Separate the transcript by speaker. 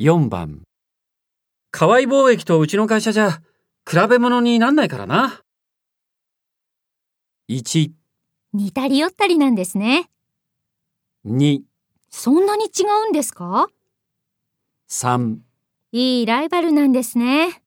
Speaker 1: 4番、
Speaker 2: 河合貿易とうちの会社じゃ、比べ物になんないからな。
Speaker 1: 1、
Speaker 3: 似たり寄ったりなんですね。
Speaker 1: 2、
Speaker 3: そんなに違うんですか
Speaker 1: 3。
Speaker 3: いいライバルなんですね。